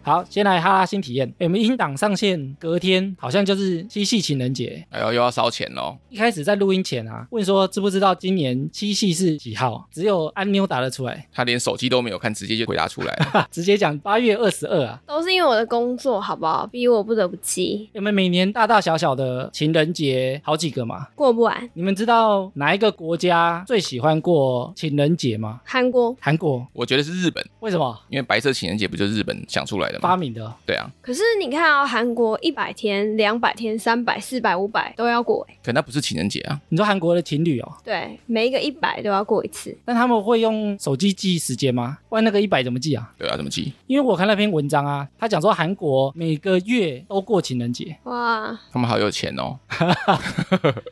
好，先来哈拉新体验。哎我们音档上线隔天好像就是七夕情人节，哎呦，又要烧钱喽！一开始在录音前啊，问说知不知道今年七夕是几号，只有按妞答得出来， 他连手机都没有看，直接就回答出来了。哈，直接讲八月二十二啊。哎都是因为我的工作，好不好？逼我不得不记，你们每年大大小小的情人节好几个嘛？过不完。你们知道哪一个国家最喜欢过情人节吗？韩国，韩国，我觉得是日本，为什么？因为白色情人节不就是日本想出来的发吗？明的对啊，可是你看啊、韩国一百天、两百天、三百、四百、五百都要过、欸，可那不是情人节啊，你说韩国的情侣哦，对，每一个一百都要过一次。但他们会用手机记时间吗？不然那个一百怎么记啊？对啊，怎么记？因为我看那篇文章啊，他讲说韩国每个月都过情人节，哇，他们好有钱哦，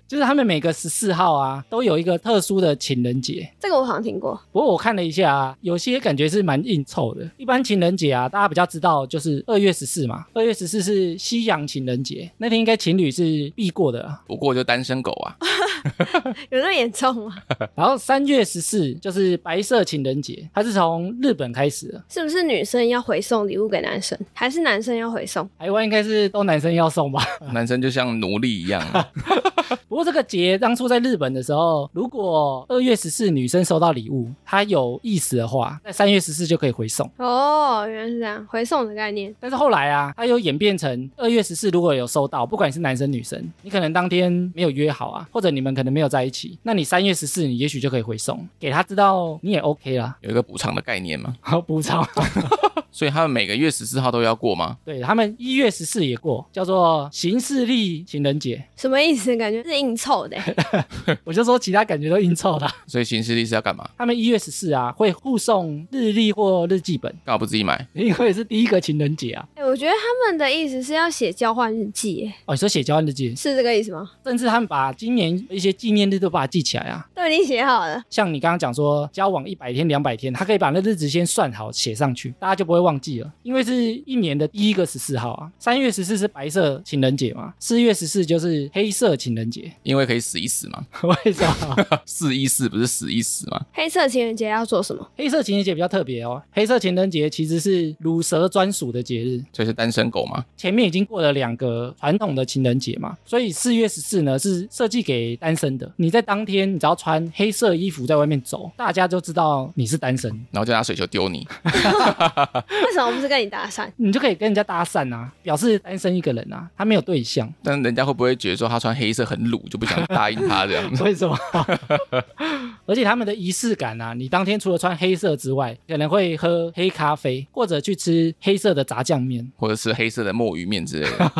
就是他们每个十四号啊都有一个特殊的情人节。这个我好像听过，不过我看了一下啊，有些感觉是蛮硬凑的。一般情人节啊，大家比较知道就是二月十四嘛，二月十四是西洋情人节，那天应该情侣是必过的啊。不过就单身狗 啊，有那么严重吗？然后三月十四就是白色情人节，它是从日本开始的， 是不是女生要回送礼物给男生，还是男生要回送？台湾应该是都男生要送吧。男生就像奴隶一样啊、不过这个节当初在日本的时候，如果二月十四女生收到礼物，她有意思的话，在三月十四就可以回送。哦，原来是这样，回送的概念。但是后来啊，它又演变成二月十四如果有收到，不管你是男生女生，你可能当天没有约好啊，或者你们可能没有在一起，那你三月十四你也许就可以回送，给他知道你也 OK 啦。有一个补偿的概念嘛， 好补偿，所以他们每个月十四号都要过吗？对他们一月十四也过，叫做形式力情人节。什么意思？感觉是硬凑 的欸、 我就说其他感觉都硬凑啦。所以行事历是要干嘛？他们一月十四啊会互送日历或日记本，干嘛不自己买？因为是第一个情人节啊。欸我觉得他们的意思是要写交换日记、欸，哦，你说写交换日记，是这个意思吗？甚至他们把今年一些纪念日都把它记起来啊。都已经写好了，像你刚刚讲说交往一百天、两百天，他可以把那日子先算好写上去，大家就不会忘记了。因为是一年的第一个十四号啊，三月十四是白色情人节嘛，四月十四就是黑色情人节。 因为可以死一死嘛， 为什么？四一四不是死一死嘛？黑色情人节要做什么？黑色情人节比较特别哦，黑色情人节其实是乳蛇专属的节日。所以是单身狗嘛？前面已经过了两个传统的情人节嘛，所以四月十四呢是设计给单身的。你在当天，你只要穿黑色衣服在外面走，大家就知道你是单身，然后就拿水球丢你，为什么不是跟你搭讪？你就可以跟人家搭讪啊，表示单身一个人啊，他没有对象。但人家会不会觉得说他穿黑色很鲁，就不想答应他这样？ 为什么？ 而且他们的仪式感啊，你当天除了穿黑色之外，可能会喝黑咖啡，或者去吃黑色的炸酱面。或者吃黑色的墨鱼面之类的，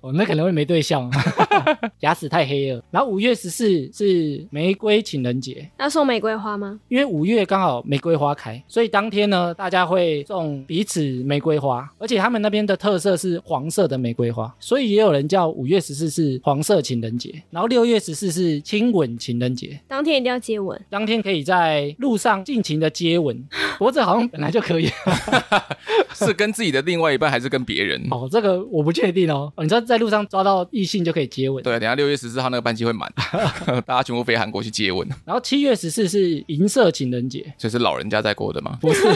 哦，那可能会没对象， 牙齿太黑了。然后五月十四是玫瑰情人节，要送玫瑰花吗？因为五月刚好玫瑰花开，所以当天呢，大家会送彼此玫瑰花，而且他们那边的特色是黄色的玫瑰花，所以也有人叫五月十四是黄色情人节，然后六月十四是亲吻情人节，当天一定要接吻，当天可以在路上尽情的接吻， 不过这好像本来就可以 是跟自己的另外一半还是跟别人？哦，这个我不确定哦，哦你知道在路上抓到异性就可以接吻，对，啊等一下六月十四号那个班机会 满，大家全部飞韩国去接吻，然后七月十四是银色情人节，这是老人家在过的吗？不是。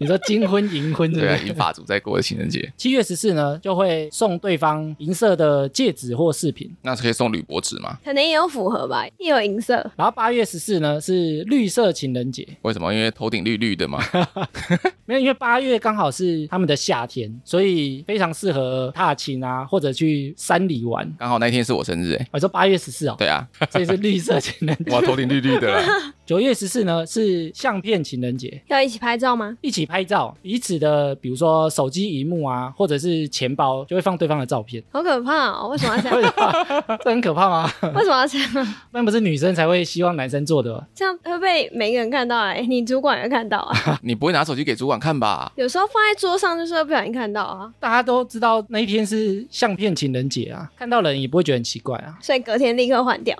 你说金婚银婚是不对啊，是？银发族在过的情人节，七月十四呢，就会送对方银色的戒指或饰品。那可以送铝箔纸吗？可能也有符合吧，也有银色。然后八月十四呢是绿色情人节，为什么？因为头顶绿绿 的嘛。没有，因为八月刚好是他们的夏天，所以非常适合踏青啊，或者去山里玩。哦刚好那天是我生日，哎，我说八月十四 哦，对啊，所以是绿色情人节。哇，头顶绿绿的啦，九月十四呢是相片情人节，要一起拍照吗？一起拍照，彼此的比如说手机荧幕啊，或者是钱包，就会放对方的照片。好可怕哦！为什么要 这为样？什么这很可怕吗？ 为什么要这样？那不是女生才会希望男生做的吗哦这样会被每个人看到哎、你主管也会看 到啊。 你不会拿手机给主管看吧？有时候放在桌上就是会不小心看到啊，大家都知道那一天是相片情人节啊，看到人也不会觉得很奇怪啊。所以隔天立刻换掉。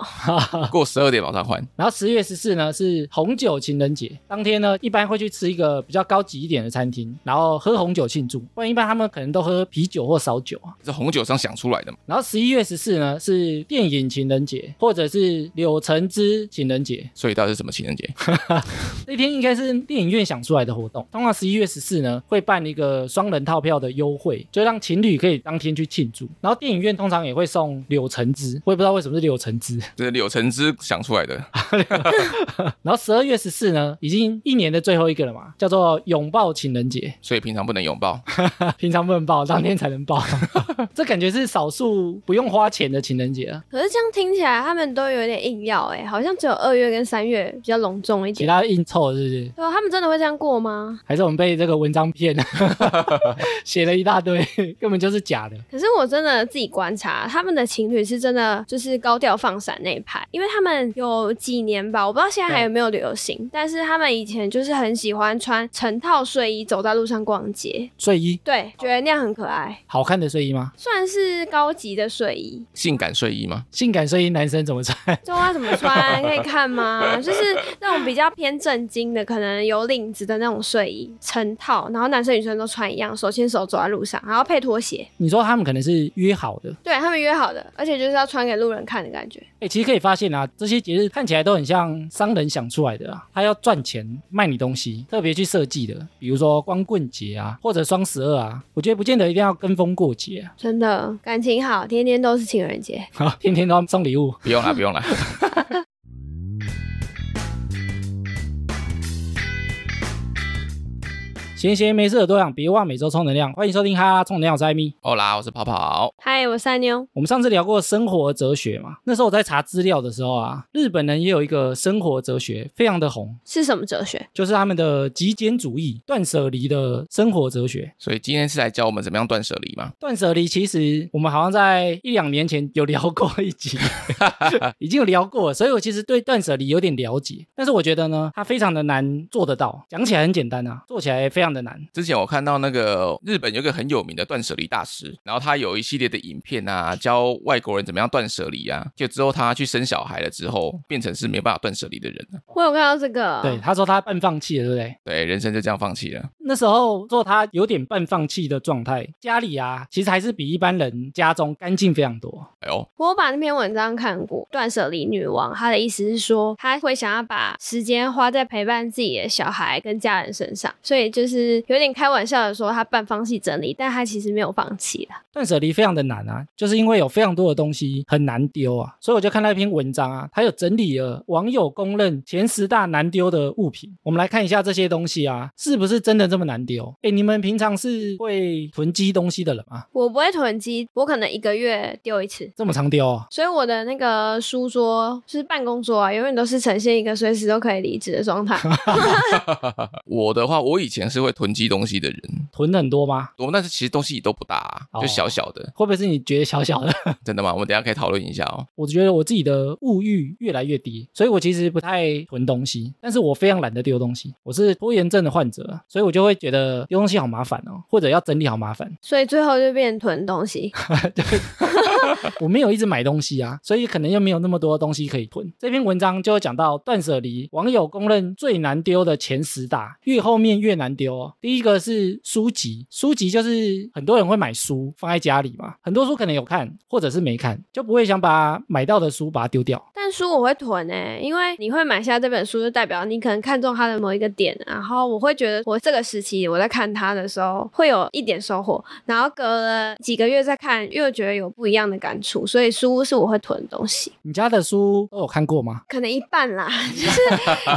过十二点马上换，然后十月十四呢是红酒情人节。当天呢，一般会去吃一个比较高级一点的餐厅，然后喝红酒庆祝。不然一般他们可能都喝啤酒或烧酒啊。这红酒上想出来的嘛。然后十一月十四呢是电影情人节，或者是柳橙汁情人节。所以到底是什么情人节？这一天应该是电影院想出来的活动。通常十一月十四呢，会办一个双人套票的优惠，就让情侣可以当天去庆祝。然后电影院通常也会送柳橙汁，我也不知道为什么是柳橙汁。这是柳橙汁想出来的。然后十二月十四呢，已经一年的最后一个了嘛，叫做拥抱情人节， 所以平常不能拥抱，平常不能报，当天才能报。 这感觉是少数不用花钱的情人节啊，可是这样听起来，他们都有点硬要哎、好像只有二月跟三月比较隆重一其点。他硬凑是不是？对啊，他们真的会这样过吗？还是我们被这个文章骗了，写了一大堆，根本就是假的。可是我真的自己观察，他们的情侣是真的就是高调放闪那一派，因为他们有几年吧，我不知道现在还有没有流行，但是他们以前就是很喜欢穿成套睡衣走在路上逛街，睡衣对，觉得那样很可爱，好看的睡衣吗？算是高级的睡衣。性感睡衣吗？性感睡衣男生怎么穿？这要怎么穿？可以看吗？就是那种比较偏正经的，可能有领子的那种睡衣成套，然后男生女生都穿一样，手牵手走在路上，然后配拖鞋。你说他们可能是约好的，对他们约好的，而且就是要穿给路人看的感觉。哎、其实可以发现啊，这些节日看起来都很像商人想出来的啊，他要赚钱卖你东西，特别去设计的，比如说光棍节啊，或者双十二啊，我觉得不见得一定要跟风过节啊，真的，感情好，天天都是情人节。天天都要送礼物。不用啦，不用 啦。闲闲没事的多养，别忘每周充能量。欢迎收听哈拉充能量，我是艾米。哦啦，我是跑跑。嗨，我是三妞。我们上次聊过生活哲学嘛，那时候我在查资料的时候啊，日本人也有一个生活哲学，非常的红，是什么哲学？就是他们的极简主义、断舍离的生活哲学。所以今天是来教我们怎么样断舍离吗？断舍离其实我们好像在一两年前有聊过一集，已经有聊过了，所以我其实对断舍离有点了解。但是我觉得呢，它非常的难做得到。讲起来很简单啊，做起来非常的难。之前我看到那个日本有一个很有名的断舍离大师，然后他有一系列的影片啊，教外国人怎么样断舍离啊。就之后他去生小孩了之后，变成是没办法断舍离的人了。我有看到这个。对，，他说他半放弃了，对不对？对，人生就这样放弃了。那时候做他有点半放弃的状态，家里啊，其实还是比一般人家中干净非常多。哎呦， 我有把那篇文章看过，《断舍离女王》，她的意思是说，她会想要把时间花在陪伴自己的小孩跟家人身上，所以就是有点开玩笑的说，她半放弃整理，但她其实没有放弃啦。断舍离非常的难啊，就是因为有非常多的东西很难丢啊，所以我就看到一篇文章啊，它有整理了网友公认前十大难丢的物品。我们来看一下这些东西啊，是不是真的这么难丢？哎，你们平常是会囤积东西的人吗？我不会囤积，我可能一个月丢一次。这么常丢啊？所以我的那个书桌就是办公桌啊，永远都是呈现一个随时都可以离职的状态。 我的话，我以前是会囤积东西的人，囤很多吗？我但是其实东西都不大、啊，就小小的。会不会是你觉得小小的？ 真的吗？我们等一下可以讨论一下哦。我觉得我自己的物欲越来越低，所以我其实不太囤东西，但是我非常懒得丢东西。我是拖延症的患者，啊所以我就会觉得丢东西好麻烦哦，或者要整理好麻烦。所以最后就变成囤东西。我没有一直买东西啊，所以可能又没有那么多东西可以囤。这篇文章就有讲到断舍离，网友公认最难丢的前十大，越后面越难丢哦。第一个是书籍，书籍就是很多人会买书放在家里嘛，很多书可能有看或者是没看，就不会想把买到的书把它丢掉。但书我会囤诶、因为你会买下这本书，就代表你可能看中它的某一个点，然后我会觉得我这个时期我在看它的时候会有一点收获，然后隔了几个月再看，又觉得有不一样的感触，所以书是我会囤的东西，你家的书都有看过吗？可能一半啦， 就是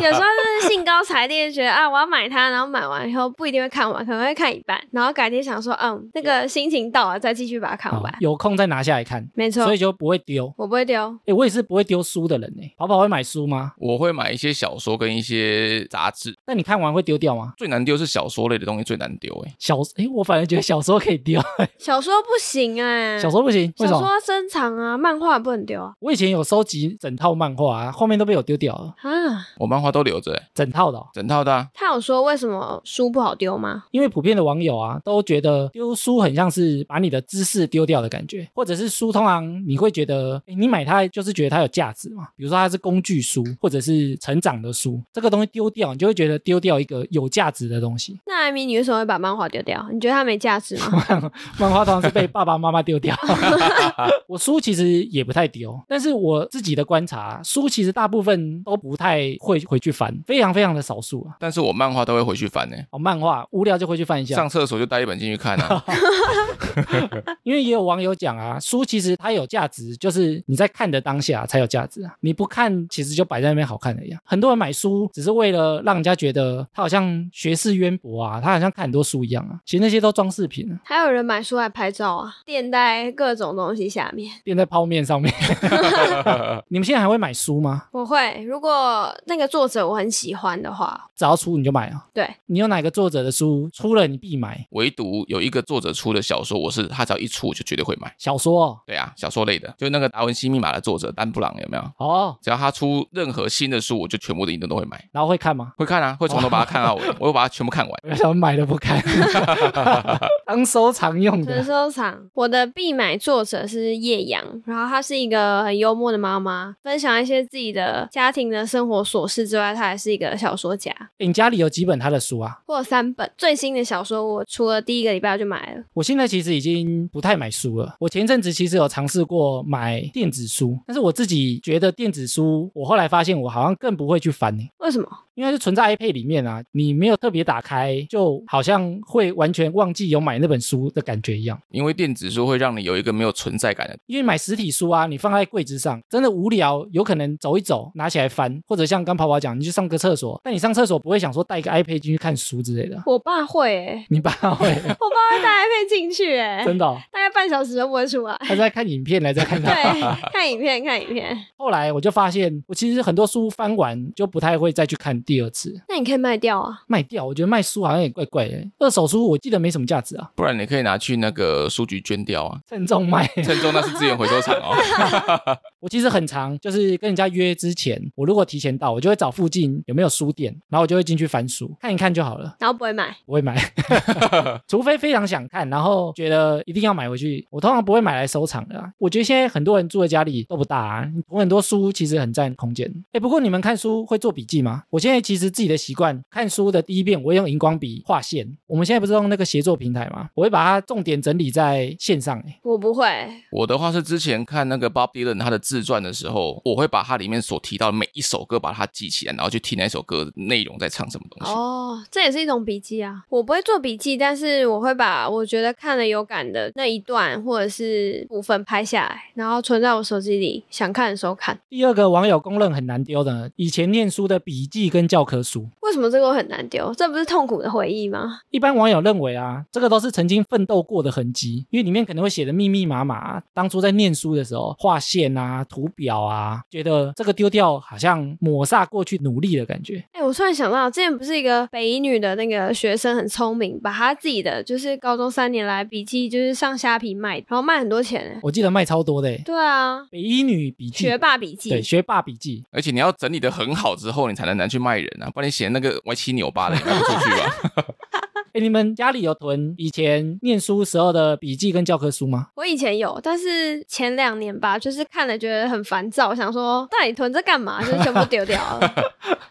有时候就是兴高采烈地觉得啊我要买它，然后买完以后不一定会看完，可能会看一半，然后改天想说嗯那个心情到了再继续把它看完啊，有空再拿下来看，没错所，以就不会丢。我不会丢。哎、我也是不会丢书的人哎、跑跑会买书吗？我会买一些小说跟一些杂志，那你看完会丢掉吗？最难丢是小说类的东西最难丢哎、小哎、我反而觉得小说可以丢，小说不行哎、小说不行，为小什么？说珍藏啊，漫画也不能丢啊。我以前有收集整套漫画、啊，后面都被我丢掉了，啊，我漫画都留着、欸整套的哦、整套的、啊。他有说为什么书不好丢吗？因为普遍的网友啊，都觉得丢书很像是把你的知识丢掉的感觉，或者是书通常你会觉得，诶你买它就是觉得它有价值嘛，比如说它是工具书或者是成长的书，这个东西丢掉，你就会觉得丢掉一个有价值的东西。那艾米，你为什么会把漫画丢掉？你觉得它没价 值吗？漫画通常是被爸爸妈妈丢掉，我书其实也不太丢，但是我自己的观察，啊书其实大部分都不太会回去翻，非常非常的少数啊。但是我漫画都会回去翻呢、哦，漫画无聊就回去翻一下，上厕所就带一本进去看啊。因为也有网友讲啊，书其实它有价值，就是你在看的当下才有价值啊，你不看其实就摆在那边好看的一样。很多人买书只是为了让人家觉得他好像学识渊博啊，他好像看很多书一样啊，其实那些都装饰品啊，还有人买书来拍照啊，垫在各种东西下面。垫在泡面上面。 你们现在还会买书吗？我会，如果那个作者我很喜欢的话，只要出你就买啊。对，你有哪个作者的书出了你必买？唯独有一个作者出的小说，我是他只要一出我就绝对会买。小说哦对啊，小说类的，就那个《达文西密码》的作者丹布朗有没有？哦，只要他出任何新的书，我就全部的一定都会买。然后会看吗？ 会看啊，会从头把它看到尾，我会把它全部看完。我想买了不看，当收藏用纯的。收藏。我的必买作者是叶阳，然后她是一个很幽默的妈妈，分享一些自己的家庭的生活琐事之外，她还是一个小说家。诶你家里有几本他的书啊？我有三本最新的小说，我除了第一个礼拜我就买了。我现在其实已经不太买书了。我前阵子其实有尝试过买电子书，但是我自己觉得电子书，我后来发现我好像更不会去翻呢、为什么？因为它是存在 iPad 里面啊，你没有特别打开，就好像会完全忘记有买那本书的感觉一样。因为电子书会让你有一个没有存在感的。因为买实体书啊，你放在柜子上，真的无聊，有可能走一走，拿起来翻，或者像刚跑跑讲，你去上个厕所，但你上厕所不会想说带一个 iPad 进去看书之类的。我爸会、欸，你爸会我爸会带 iPad 进去、欸，真的哦、大概半小时都不会出来。他是在看影片来在看 对他。，看影片，看影片。后来我就发现，我其实很多书翻完就不太会再去看第二次，那你可以卖掉啊。卖掉。我觉得卖书好像也怪怪的，二手书我记得没什么价值啊，不然你可以拿去那个书局捐掉啊，称重卖。 称重那是资源回收厂哦。我其实很常就是跟人家约之前，我如果提前到，我就会找附近有没有书店，然后我就会进去翻书看一看就好了。然后不会买，不会买，除非非常想看，然后觉得一定要买回去。我通常不会买来收藏的、啊。我觉得现在很多人住在家里都不大、啊，你囤很多书其实很占空间。哎，不过你们看书会做笔记吗？我现在其实自己的习惯，看书的第一遍我会用荧光笔划线。我们现在不是用那个协作平台吗？我会把它重点整理在线上、欸。我不会。我的话是之前看那个 Bob Dylan 他的自传的时候，我会把它里面所提到的每一首歌把它记起来，然后去听那首歌的内容在唱什么东西。哦，这也是一种笔记啊。我不会做笔记，但是我会把我觉得看了有感的那一段或者是部分拍下来，然后存在我手机里，想看的时候看。第二个网友公认很难丢的，以前念书的笔记跟教科书。为什么这个我很难丢？这不是痛苦的回忆吗？一般网友认为啊，这个都是曾经奋斗过的痕迹，因为里面可能会写的密密麻麻。当初在念书的时候，画线啊、图表啊，觉得这个丢掉好像抹煞过去努力的感觉。哎、我突然想到，之前不是一个北一女的那个学生很聪明，把她自己的就是高中三年来笔记就是上虾皮卖，然后卖很多钱、欸。我记得卖超多的欸，对啊，北一女笔记，学霸笔对记。学霸笔记，而且你要整理的很好之后，你才能拿去卖人啊，不然你写那个歪七扭八的，你卖不出去吧？ 哎，你们家里有囤以前念书时候的笔记跟教科书吗？我以前有，但是前两年吧，就是看了觉得很烦躁，想说到底囤这干嘛？就是全部丢掉 了。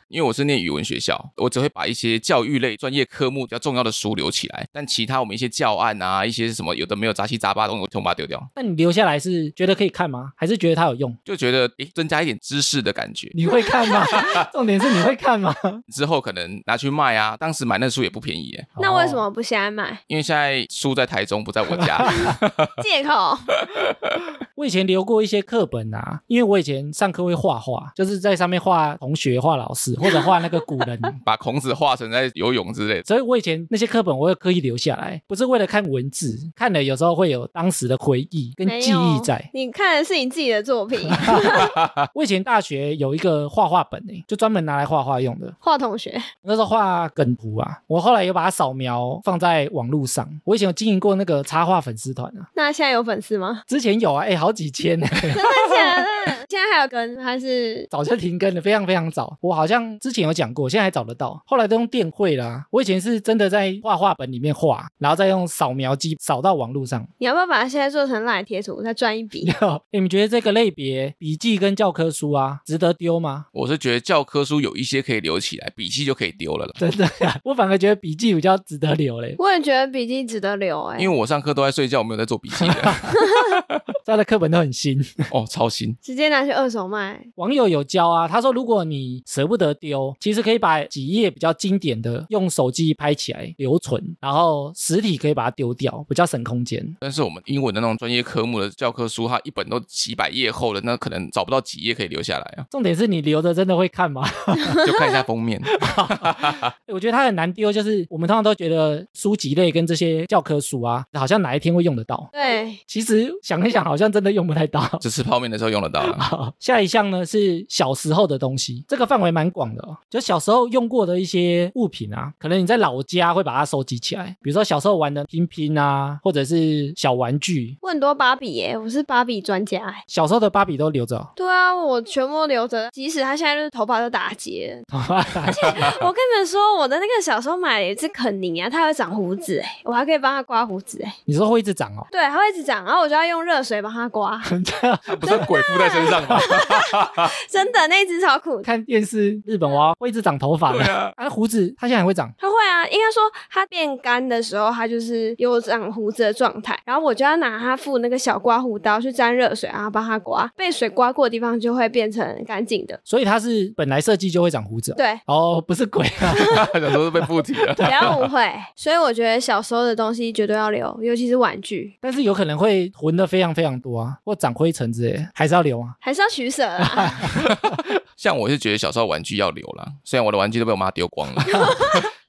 因为我是念语文学校，我只会把一些教育类专业科目比较重要的书留起来，但其他我们一些教案啊，一些什么有的没有杂七杂八的东西，我全部把它丢掉，那你留下来是觉得可以看吗？还是觉得它有用？就觉得诶增加一点知识的感觉。你会看 吗？重点是你会看吗？之后可能拿去卖啊，当时买那书也不便宜耶，那为什哦么不现在买？因为现在书在台中，不在我家。借口。我以前留过一些课本啊，因为我以前上课会画画，就是在上面画同学、画老师，或者画那个古人。把孔子画成在游泳之类的。所以我以前那些课本，我会刻意留下来，不是为了看文字，看了有时候会有当时的回忆跟记忆在。你看的是你自己的 作品，我以前大学有一个画欸画本诶、就专门拿来画画用的。画同学。那时候画梗图啊，我后来有把它扫苗放在网络上。我以前有经营过那个插画粉丝团啊，那现在有粉丝吗？之前有啊，哎、好几千呢、真的假的？ 现在还有跟还是早就停更了，非常非常早。我好像之前有讲过，现在还找得到。后来都用电绘啦，我以前是真的在画画本里面画，然后再用扫描机扫到网络 上。你要不要把它现在做成赖贴图，再赚一笔？你们觉得这个类别笔记跟教科书啊，值得丢吗？ 我是觉得教科书有一些可以留起来，笔记就可以丢了啦。真的呀、我反而觉得笔记比较值得留嘞。 我也觉得笔记值得留哎、因为我上课都在睡觉，我没有在做笔记的。他的课本都很新。哦，操心。直接拿去二手卖。网友有教啊，他说如果你舍不得丢，其实可以把几页比较经典的用手机拍起来留存，然后实体可以把它丢掉，比较省空间。。但是我们英文的那种专业科目的教科书，它一本都几百页厚了，那可能找不到几页可以留下来啊重点是你留着真的会看吗？就看一下封面。 我觉得它很难丢，就是我们通常都觉得书籍类跟这些教科书啊，好像哪一天会用得到。对，其实想一想，好像真的用不太到。 只吃泡面的时候用得到啊啦。好，下一项呢是小时候的东西，这个范围蛮广的、哦，就小时候用过的一些物品啊，可能你在老家会把它收集起来，比如说小时候玩的拼拼啊，或者是小玩具，我很多芭比耶、我是芭比专家哎、小时候的芭比都留着、哦。对啊，我全部留着，即使他现在就是头发都打结 了。我跟你们说，我的那个小时候买了一只肯尼啊，它会长胡子哎、我还可以帮它刮胡子哎、？你说会一直长哦对，它会一直长，然后我就要用热水帮它 刮。它啊不是鬼附在身上吗？真的，那一只超酷的。看电视日本娃娃会一直长头发 对的，啊，啊，胡子它现在还会长。它会啊，应该说它变干的时候，它就是有长胡子的状态。然后我就要拿它附那个小刮胡刀去沾热水，然后帮它刮，被水刮过的地方就会变成干净的。所以它是本来设计就会长胡子哦，对，哦，不是鬼啊，想说是被附体了。不要误会。所以我觉得小时候的东西绝对要留，尤其是玩具，但是有可能会混的非常非常多啊，或长灰尘之类的，还是要留啊。还是要取舍啦。像我是觉得小时候玩具要留啦，虽然我的玩具都被我妈丢光了，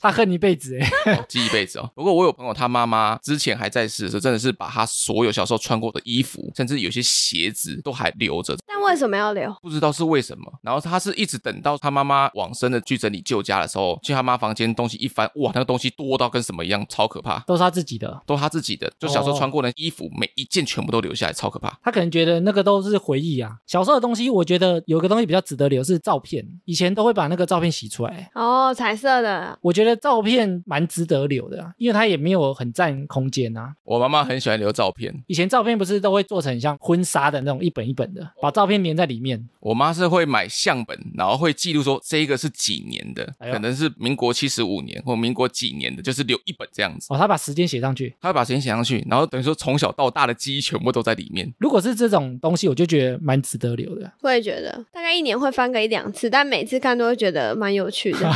他恨一辈子哎，哦记一辈子哦。不过我有朋友，他妈妈之前还在世的时候，真的是把他所有小时候穿过的衣服，甚至有些鞋子都还留着，但为什么要留？不知道是为什么。然后他是一直等到他妈妈往生的去整理旧家的时候，去他妈房间东西一翻，哇，那个东西多到跟什么一样，超可怕。 都是他自己的。都他自己的，就小时候穿哦过的衣服，每一件全部都留下来，超可怕。他可能觉得那个都是回忆啊。小时候的东西，我觉得有个东西比较值得留是照片，以前都会把那个照片洗出来。欸哦，彩色的，我觉得照片蛮值得留的、啊，因为它也没有很占空间啊。我妈妈很喜欢留照片，以前照片不是都会做成像婚纱的那种一本一本的，把照片粘在里面。我妈是会买相本，然后会记录说这个是几年的，哎呦可能是民国七十五年或民国几年的，就是留一本这样子。哦，他把时间写上去。她会把时间写上去，然后等于说从小到大的记忆全部都在里面。如果是这种东西，我就觉得蛮值得留的。我也觉得大概一年会翻个一两次，但每次看都会觉得蛮有趣的。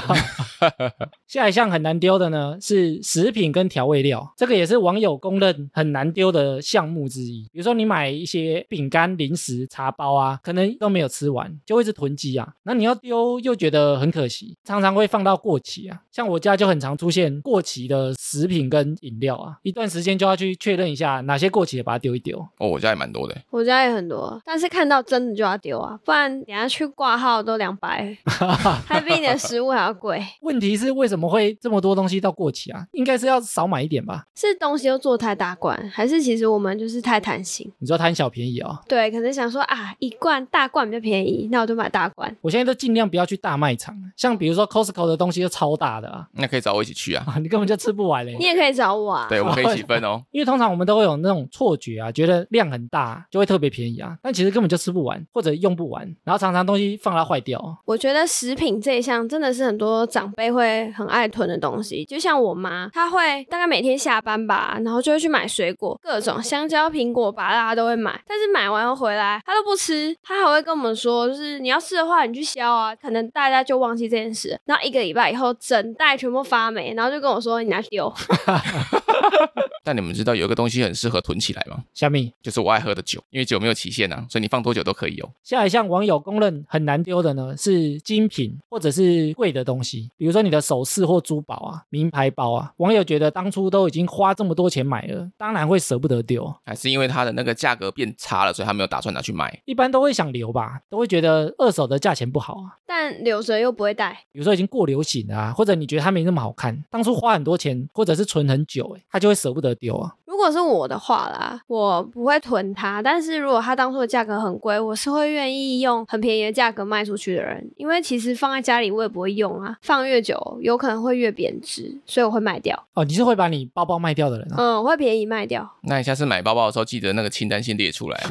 下一项很难丢的呢是食品跟调味料，这个也是网友公认很难丢的项目之一。比如说你买一些饼干、零食、茶包啊，可能都没有吃完，就会一直囤积啊。那你要丢又觉得很可惜，常常会放到过期啊。像我家就很常出现过期的食品跟饮料啊，一段时间就要去确认一下哪些过期的，把它丢一丢。哦，我家也蛮多的，我家也很多，但是看到真的就要丢啊，不然等下去挂号都两百，还比你的食物还要贵。问题是为什么会这么多东西到过期啊？应该是要少买一点吧？是东西都做太大罐，还是其实我们就是太贪心？你说贪小便宜哦。对，可能想说啊，一罐大罐比较便宜，那我就买大罐。我现在都尽量不要去大卖场，像比如说 Costco 的东西就超大的啊， 那可以找我一起去啊。啊，你根本就吃不完嘞 你。也可以找我啊。对，我们可以一起分哦。 因为通常我们都会有那种错觉啊，觉得量很大就会特别便宜啊，但其实根本就吃不完或者用不完，然后常常东西放它坏掉。我觉得食品这一项真的是很多长辈会很爱囤的东西，就像我妈，她会大概每天下班吧，然后就会去买水果，各种香蕉、苹果、芭乐她都会买，但是买完后回来她都不吃，她还会跟我们说，就是你要吃的话你去削啊，可能大家就忘记这件事，然后一个礼拜以后整袋全部发霉，然后就跟我说你拿去丢， 但你们知道有一个东西很适合囤起来吗？虾米，就是我爱喝的酒，因为酒没有期限啊，所以你放多久都可以哦。下一项网友公认很难难丢的呢是精品或者是贵的东西，比如说你的首饰或珠宝啊、名牌包啊。网友觉得当初都已经花这么多钱买了，当然会舍不得丢，还是因为它的那个价格变差了，所以他没有打算拿去买。一般都会想留吧，都会觉得二手的价钱不好啊。但留着又不会戴，比如说已经过流行了啊，或者你觉得它没那么好看，当初花很多钱或者是存很久，欸它就会舍不得丢啊。如果是我的话啦，我不会囤它。但是如果它当初的价格很贵，我是会愿意用很便宜的价格卖出去的人，因为其实放在家里我也不会用啊，放越久有可能会越贬值，所以我会卖掉。哦，你是会把你包包卖掉的人啊？嗯，我会便宜卖掉。那你下次买包包的时候，记得那个清单先列出来，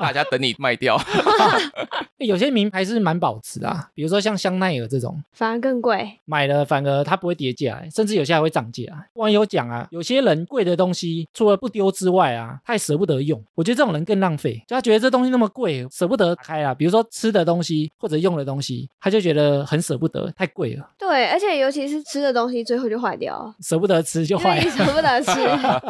大家等你卖掉。欸有些名牌是蛮保值的、啊，比如说像香奈儿这种，反而更贵，买了反而它不会跌价、欸甚至有些还会涨价、网友讲啊，有些人贵的东西除了不丢之外啊，他也舍不得用。我觉得这种人更浪费，就他觉得这东西那么贵，舍不得打开啊。比如说吃的东西或者用的东西，他就觉得很舍不得，太贵了，对，而且尤其是吃的东西，最后就坏掉了，舍不得吃就因为坏你了，舍 不得吃。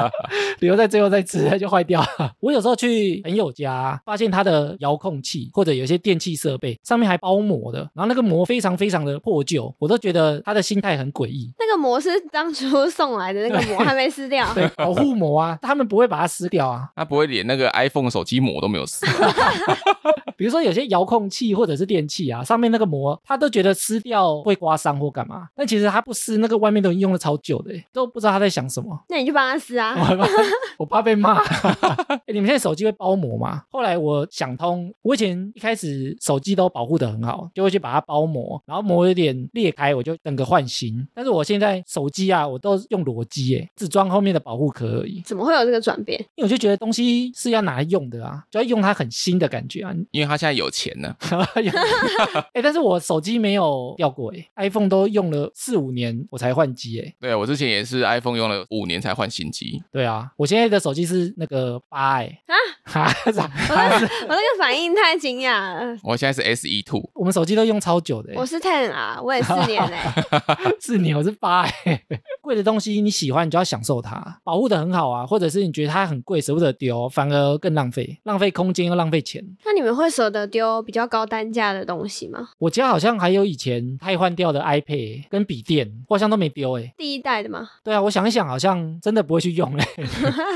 留在最后再吃它就坏掉了。 我有时候去朋友家、发现他的遥控器或者有些电器设备上面还包膜的，然后那个膜非常非常的破旧，我都觉得他的心态很诡异。那个膜是当初送来的那个膜，还没撕掉。对，保护膜啊， 他们不会把它撕掉啊。他不会连那个 iPhone 手机膜都没有撕，比如说有些遥控器或者是电器啊，上面那个膜，他都觉得撕掉会刮伤或干嘛，但其实他不撕，那个外面都已经用的超久的欸，都不知道他在想什么。那你就帮他撕啊 我。害怕，我怕被骂、 欸你们现在手机会包膜吗？后来我想通，我以前一开始手机都保护的很好，就会去把它包膜，然后膜有点裂开，我就整个换新。但是我现在手机啊，我都用裸机，哎，只装后面的保护壳而已，怎么会有这个转变？ 因为我就觉得东西是要拿来用的啊，就要用它很新的感觉啊。 因为他现在有钱呢。哎、欸，但是我手机没有掉过哎、i p h o n e 都用了四五年我才换机哎、对啊我之前也是 iPhone 用了五年才换新机，对啊，我现在的手机是那个八哎、啊 哈哈，哈哈我那个反应太惊讶了。我现在是 SE Two，我们手机都用超久的、欸，我是 ten 啊，我也四年嘞、 是你，我是八、欸。 贵的东西你喜欢，你就要享受它，保护的很好啊，或者是你觉得它很贵，舍不得丢，反而更浪费，浪费空间又浪费钱。那你们会舍得丢比较高单价的东西吗？我家好像还有以前汰换掉的 iPad 跟笔电，我好像都没丢诶、欸。第一代的吗？对啊，我想一想，好像真的不会去用欸诶、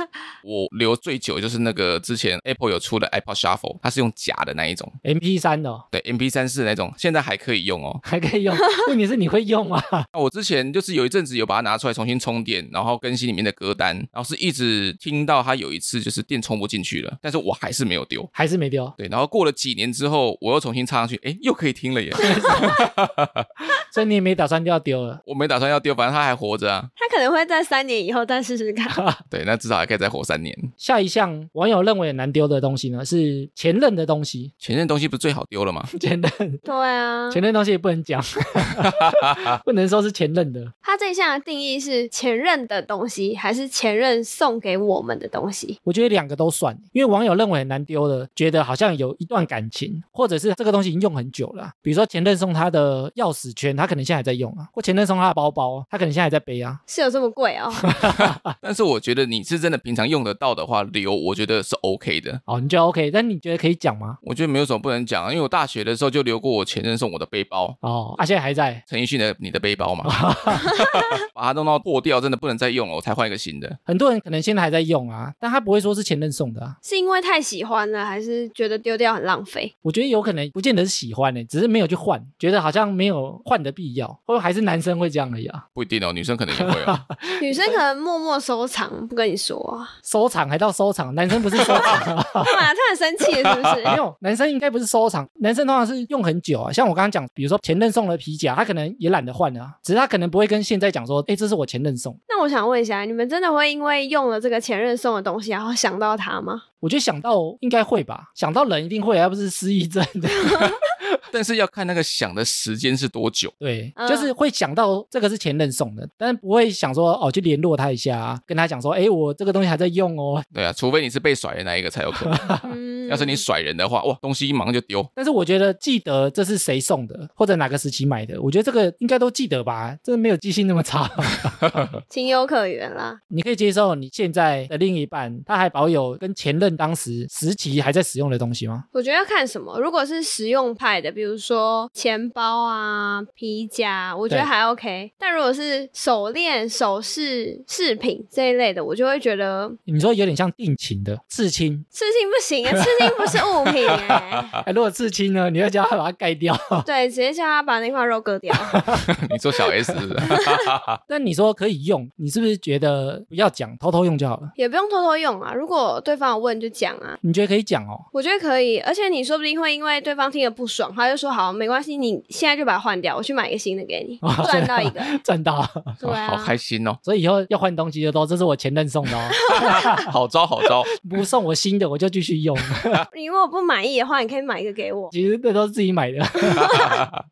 我留最久就是那个之前 Apple 有出的 iPod Shuffle，它是用夹的那一种， MP 3哦，对 MP 3 4那种，现在还可以用哦。还可 以用，问题是你会用吗？ 啊，我之前就是有一阵子有把它拿出来重新充电，然后更新里面的歌单，然后是一直听到它有一次就是电充不进去了，但是我还是没有丢。还是没丢？对，然后过了几年之后，我又重新插上去，哎，又可以听了耶。所以你也没打算要丢了。我没打算要丢，反正它还活着啊。他可能会在三年以后再试试看。对，那至少还可以再活三年。下一项网友认为很难丢的东西呢，是前任的东西。 前任东西不是最好丢了吗？前任， 对啊，前任东西也不能讲， 不能说是前任的。他这一项的定义是前任的东西，还是前任送给我们的东西？我觉得两个都算，因为网友认为很难丢的，觉得好像有一段感情，或者是这个东西已经用很久了啊、比如说前任送他的钥匙圈，他可能现在还在用啊；或前任送他的包包，他可能现在还在背啊。是有这么贵 哦？但是我觉得你是真的平常用得到的话，留我觉得是 OK 的。哦，你觉得 OK？但你觉得可以讲吗？我觉得没有什么不能讲啊，因为我大学的时候就留过我前任送我的背包，哦，啊，现在还在，陈奕迅的《你的背包》嘛， 把它弄到破掉，真的不能再用了，我才换一个新的。很多人可能现在还在用啊，但他不会说是前任送的啊。是因为太喜欢了，还是觉得丢掉很浪 费？我觉得有可能不见得是喜欢呢、只是没有去换，觉得好像没有换的必要，或者还是男生会这样而已啊。不一定哦，女生可能也会哦。女生可能默默收藏，不跟你说 啊。收藏还到收藏，男生不是收藏、啊。干嘛？他很生气了是不没 是？有，男生应该不是收藏，男生通常是用很久啊。像我刚刚讲，比如说前任送了皮夹，他可能也懒得换了、啊，只是他可能不会跟现在讲说，哎，这是我前任送。那我想问一下，你们真的会因为用了这个前任送的东西，然后想到他吗？我觉得想到应该会吧，想到人一定会啊，要不是失忆症的。 但是要看那个想的时间是多久。对，嗯就是会想到这个是前任送的，但是不会想说哦，去联络他一下、啊，跟他讲说，哎，我这个东西还在用哦。对啊，除非你是被甩的那一个才有可能。嗯啊要是你甩人的话，哇，东西一忙就丢。 但是我觉得记得这是谁送的，或者哪个时期买的，我觉得这个应该都记得吧，这没有记性那么差。情有可原啦。你可以接受你现在的另一半，他还保有跟前任当时时期还在使用的东西吗？我觉得要看什么。如果是实用派的，的，比如说钱包啊、皮夹，我觉得对还 OK。但如果是手链、首饰、饰品这一类的，我就会觉得你说有点像定情的刺青，刺青不行啊，刺青不是物品哎、哎，如果刺青呢，你要叫他把它盖掉。对，直接叫他把那块肉割掉。你做小 S 是不 是啊那你说可以用，你是不是觉得不要讲，偷偷用就好了？也不用偷偷用啊。如果对方有问就讲啊，你觉得可以讲哦？ 我觉得可以。而且你说不定会因为对方听得不爽，他就说好，没关系，你现在就把它换掉，我去买一个新的给你，赚到一个。赚到了，对哇好啊，开心哦，所以以后要换东西就都，这是我前任送的哦， 好招好招，不送我新的我就继续用。你如果不满意的话，你可以买一个给我。其实这都是自己买的。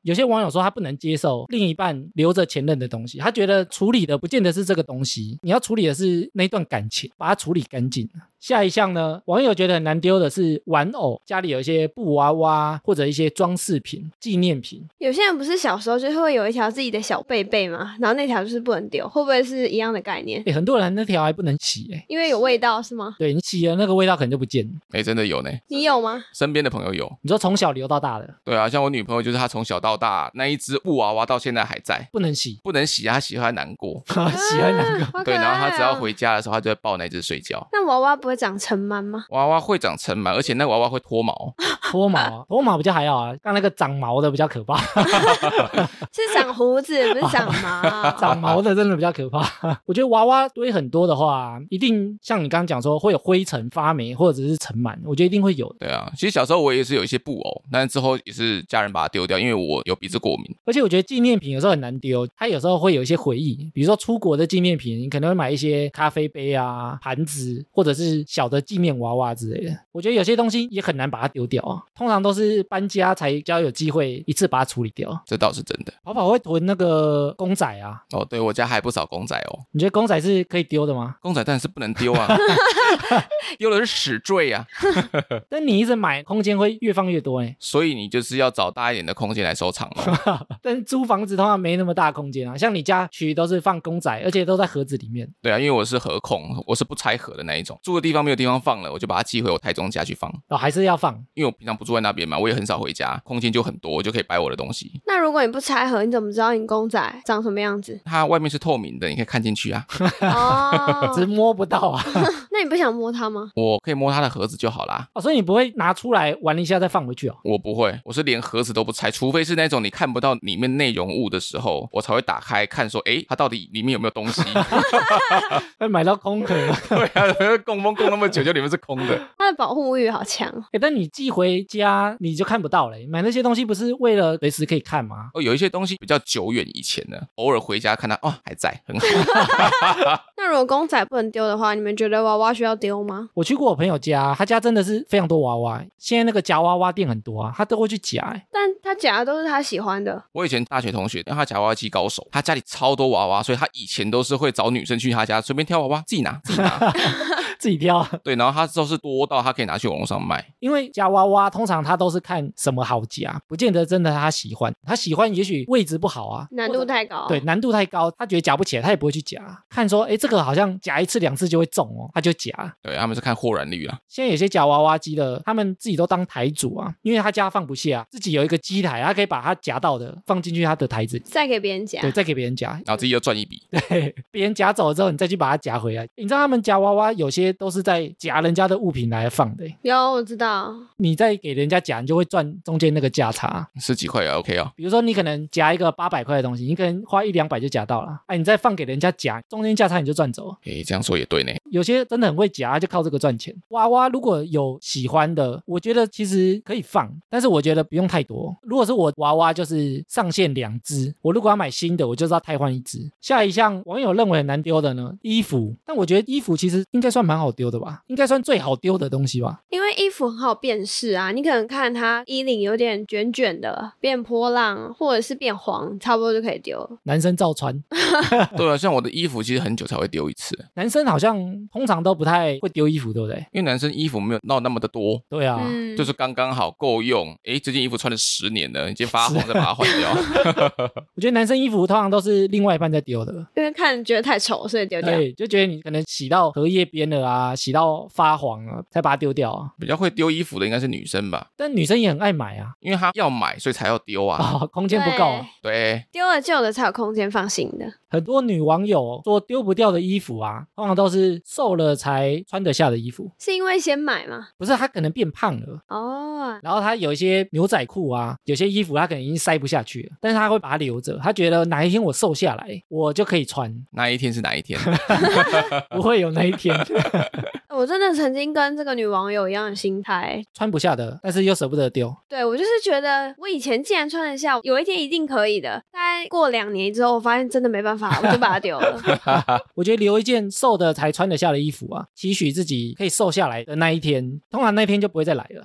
有些网友说他不能接受另一半留着前任的东西，他觉得处理的不见得是这个东西，你要处理的是那段感情，把它处理干净。啊下一项呢，网友觉得很难丢的是玩偶，家里有一些布娃娃或者一些装饰品、纪念品，有些人不是小时候就是会有一条自己的小贝贝嘛，然后那条就是不能丢，会不会是一样的概念？诶很多人那条还不能洗、诶因为有味道是吗？对你洗了那个味道可能就不见了。哎、真的有呢，你有吗？ 身边的朋友有，你说从小留到大的对啊，像我女朋友就是她从小到大那一只布娃娃到现在还在，不能洗，不能洗，她洗她难过，洗很难。啊好可对，爱然后她只要哦回家的时候，她就会抱那只睡觉。那娃娃不会长尘螨吗？ 娃娃会长尘螨，而且那娃娃会脱毛，脱毛啊，脱毛比较还好啊，刚那个长毛的比较可怕，是长胡子，不是长 毛。啊长毛的真的比较可怕。 我觉得娃娃堆很多的话，一定像你刚刚讲说会有灰尘、发霉或者是尘螨，我觉得一定会有的。对啊，其实小时候我也是有一些布偶，但是之后也是家人把它丢掉，因为我有鼻子过敏。而且我觉得纪念品有时候很难丢，它有时候会有一些回忆，比如说出国的纪念品，你可能会买一些咖啡杯啊、盘子，或者是小的纪念娃娃之类的。我觉得有些东西也很难把它丢掉啊，通常都是搬家才比较有机会一次把它处理掉。这倒是真的跑跑会囤那个公仔啊，哦，对我家还不少公仔哦，你觉得公仔是可以丢的吗？公仔当然是不能丢啊，丢了是屎坠啊，但你一直买，空间会越放越多哎、所以你就是要找大一点的空间来收藏哦。但是租房子通常没那么大空间啊，像你家区都是放公仔，而且都在盒子里面。对啊，因为我是盒控，我是不拆盒的那一种，住的地方没有地方放了，我就把它寄回我台中家去放，哦，还是要放。因为我平常不住在那边嘛，我也很少回家，空间就很多，我就可以摆我的东西。？那如果你不拆盒，你怎么知道你公仔长什么样子 它外面是透明的，你可以看进去啊。哦，只是摸不到啊、 那你不想摸它吗？我可以摸它的盒子就好啦。哦，所以你不会拿出来玩一下再放回去哦。 我不会，我是连盒子都不拆，除非是那种你看不到里面内容物的时候，我才会打开看说，诶，它到底里面有没有东西？会买到空壳。 哎、 对啊，供风供那么久，就里面是空的。它的保护欲好强哦。欸但你寄回家你就看不到嘞。买那些东西不是为了随时可以看吗？哦，有一些东西比较久远以前的，偶尔回家看它，哦，还在，很 好。那如果公仔不能丢的话，你们觉得娃娃需要丢吗？我去过我朋友家，他家真的是非常多娃娃。现在那个夹娃娃店很多啊，他都会去夹、哎但他夹的都是他喜欢的，我以前大学同学，他夹娃娃机高手，他家里超多娃娃，所以他以前都是会找女生去他家随便挑娃娃，自己拿，自 己拿。自己挑。啊对，然后他都是多到他可以拿去网络上卖。 因为夹娃娃通常他都是看什么好夹，不见得真的他喜欢。他喜欢也许位置不好啊，难度太高。哦对，难度太高，他觉得夹不起来，他也不会去夹。看说，诶，这个好像夹一次两次就会中哦，他就夹。对，他们是看豁然率啊。现在有些夹娃娃机的，他们自己都当台主啊，因为他家放不下，自己有一个机台，他可以把他夹到的放进去他的台子，再给别人夹对，，再给别人夹，然后自己又赚一笔，对，别人夹走了之后，你再去把它夹回来。你知道他们夹娃娃有些都是在夹人家的物品来放的欸，有我知道，你再给人家夹，你就会赚中间那个价差。十几块也 OK 哦。比如说你可能夹一个八百块的东西，你可能花一两百就夹到了，哎，你再放给人家夹，中间价差你就赚走了。诶，这样说也对呢。有些真的很会夹，就靠这个赚钱。娃娃如果有喜欢的，我觉得其实可以放，但是我觉得不用太多。如果是我娃娃，就是上限两只，我如果要买新的，我就是要汰换一只。下一项网友认为很难丢的呢，衣服，但我觉得衣服其实应该算蛮好丢的吧，应该算最好丢的东西吧。因为衣服很好辨识啊，你可能看它衣领有点卷卷的，变波浪或者是变黄，差不多就可以丢了。男生照穿，对啊，像我的衣服其实很久才会丢一次，男生好像通常都不太会丢衣服，对不对？因为男生衣服没有闹那么的多，对啊，嗯，就是刚刚好够用。诶，这件衣服穿了十年了，已经发黄，再把它换掉。我觉得男生衣服通常都是另外一半在丢的，因为看觉得太丑，所以哎丢掉。对，就觉得你可能洗到荷叶边了啊，洗到发黄了，才把它丢掉啊。比较会会丢衣服的应该是女生吧，但女生也很爱买啊，因为她要买所以才要丢啊。啊、 空间不够啊、对对，丢了旧的才有空间放新的。很多女网友说丢不掉的衣服啊，通常都是瘦了才穿得下的衣服，是因为先买嘛？不是她可能变胖了。哦，然后她有一些牛仔裤啊，有些衣服她可能已经塞不下去了，但是她会把它留着，她觉得哪一天我瘦下来，我就可以 穿，那一天是哪一天？不会有那一天 我真的曾经跟这个女网友一样的心态，穿不下的，但是又舍不得丢。对我就是觉得我以前既然穿得下，有一天一定可以的。但过两年之后，我发现真的没办法，我就把它丢了。 我觉得留一件瘦的才穿得下的衣服啊，期许自己可以瘦下来的那一天，通常那一天就不会再来了。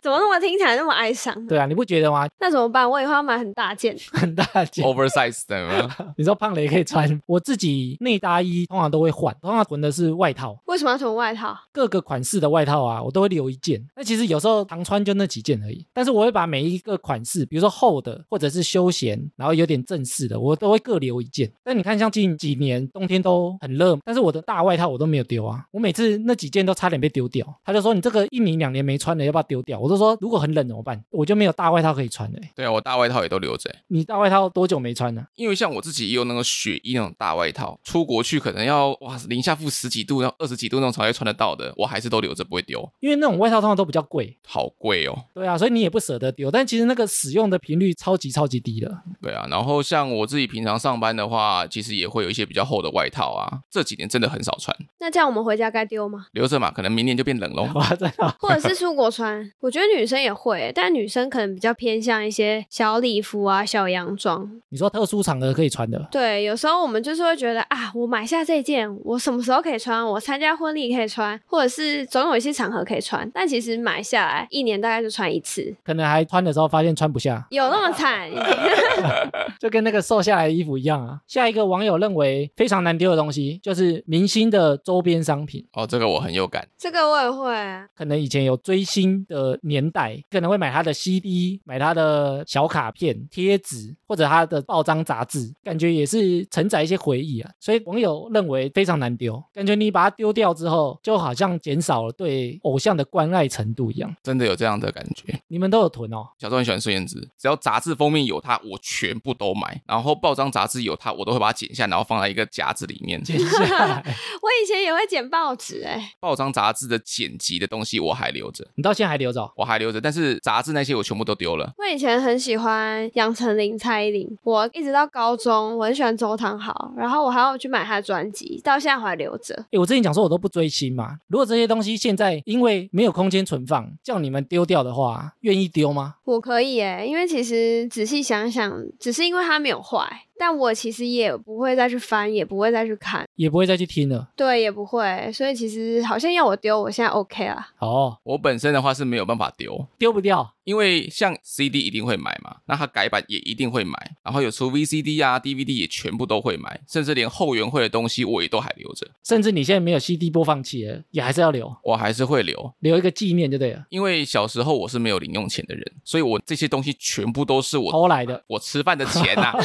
怎么那么听起来那么哀伤？对啊，你不觉得吗？ 那怎么办？我以后要买很大件。很大件。 oversize 的吗？你知道胖了也可以穿。我自己内搭衣通常都会换，通常囤的是外套，为什么要囤外套？各个款式的外套啊，我都会留一件。那其实有时候常穿就那几件而已，但是我会把每一个款式，比如说厚的或者是休闲，然后有点正式的，我都会各留一件。但你看，像近几年冬天都很热，但是我的大外套我都没有丢啊，我每次那几件都差点被丢掉。他就说你这个一年两年没穿的，要不要丢掉？我就说如果很冷怎么办？我就没有大外套可以穿了、欸对啊，我大外套也都留着欸、你大外套多久没穿呢、因为像我自己也有那个雪衣那种大外套，出国去可能要哇零下负十几度，然后二十几度那种才会穿得到的，我还是都留着不会丢，因为那种外套通常都比较贵，好贵哦。对啊，所以你也不舍得丢，但其实那个使用的频率超级超级低的。对啊，然后像我自己平常上班的话，其实也会有一些比较厚的外套啊，这几年真的很少穿，那这样我们回家该丢吗？留着嘛，可能明年就变冷喽。 哇，真的或者是 出国穿？我觉得女生也会欸，但女生可能比较偏向一些小礼服啊、小洋装。你说特殊场合可以穿的，对，有时候我们就是会觉得啊，我买下这件，我什么时候可以穿？我参加婚礼可以穿，或者是总有一些场合可以穿。但其实买下来一年大概就穿一次，可能还穿的时候发现穿不下， 有那么惨？ 就跟那个瘦下来的衣服一样啊。下一个网友认为非常难丢的东西，就是明星的周边商品。哦，这个我很有感，这个我也会。啊可能以前有追星的年代，可能会买他的 CD，买他的小卡片、贴纸，或者他的报章杂志，感觉也是承载一些回忆啊。所以网友认为非常难丢，感觉你把它丢掉之后，就好像减少了对偶像的关爱程度一样。真的有这样的感觉。你们都有囤哦， 小时候很喜欢孙燕姿，只要杂志封面有她，我全部都买；然后报章杂志有她，我都会把它剪下，然后放在一个夹子里面。剪下来，我以前也会剪报纸、哎，报章杂志的剪辑的东西我还留着，你到现在还留着、哦？我还留着，但是杂志那些我全部都丢了。我以前很喜欢杨丞琳、蔡依林，我一直到高中我很喜欢周汤豪，然后我还要去买他的专辑，到现在我还留着。诶，我之前讲说我都不追星嘛，如果这些东西现在因为没有空间存放，叫你们丢掉的话，愿意丢吗？我可以诶，因为其实仔细想想，只是因为它没有坏，但我其实也不会再去翻，也不会再去看，也不会再去听了。对，也不会，所以其实好像要我丢，我现在 OK 啦。哦，我本身的话是没有办法丢，丢不掉，因为像 CD 一定会买嘛，那它改版也一定会买，然后有出 VCD 啊、DVD 也全部都会买，甚至连后援会的东西我也都还留着，甚至你现在没有 CD 播放器了，也还是要留，我还是会留。留一个纪念就对了。因为小时候我是没有零用钱的人，所以我这些东西全部都是我偷来 的，我吃饭的钱啊呐、